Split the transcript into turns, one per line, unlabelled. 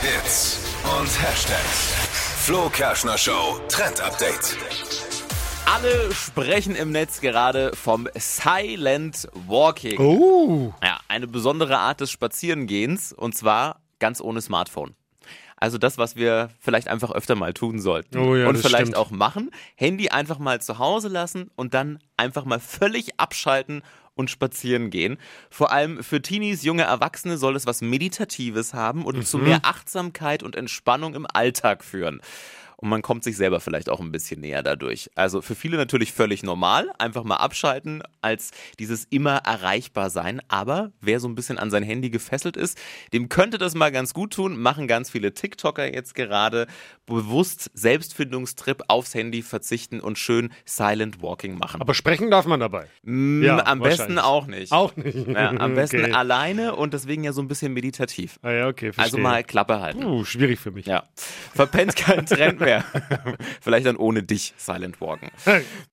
Hits und Hashtags. Flo Kerschner Show Trend Update.
Alle sprechen im Netz gerade vom Silent Walking.
Oh.
Ja, eine besondere Art des Spazierengehens und zwar ganz ohne Smartphone. Also das, was wir vielleicht einfach öfter mal tun sollten
Oh ja,
und
das
vielleicht
stimmt.
auch machen. Handy einfach mal zu Hause lassen und dann einfach mal völlig abschalten und spazieren gehen. Vor allem für Teenies, junge Erwachsene soll es was Meditatives haben und
Mhm.
zu mehr Achtsamkeit und Entspannung im Alltag führen. Und man kommt sich selber vielleicht auch ein bisschen näher dadurch. Also für viele natürlich völlig normal, einfach mal abschalten, als dieses immer erreichbar sein. Aber wer so ein bisschen an sein Handy gefesselt ist, dem könnte das mal ganz gut tun. Machen ganz viele TikToker jetzt gerade bewusst Selbstfindungstrip aufs Handy verzichten und schön Silent Walking machen.
Aber sprechen darf man dabei. ja,
Mm, am besten
wahrscheinlich.
auch nicht.
Auch nicht.
Ja, am besten
okay.
alleine und deswegen ja so ein bisschen meditativ.
Ah ja, okay, verstehe.
Also mal Klappe halten.
Uh, schwierig für mich.
Ja. Verpennt keinen Trend mehr. Vielleicht dann ohne dich Silent Walken.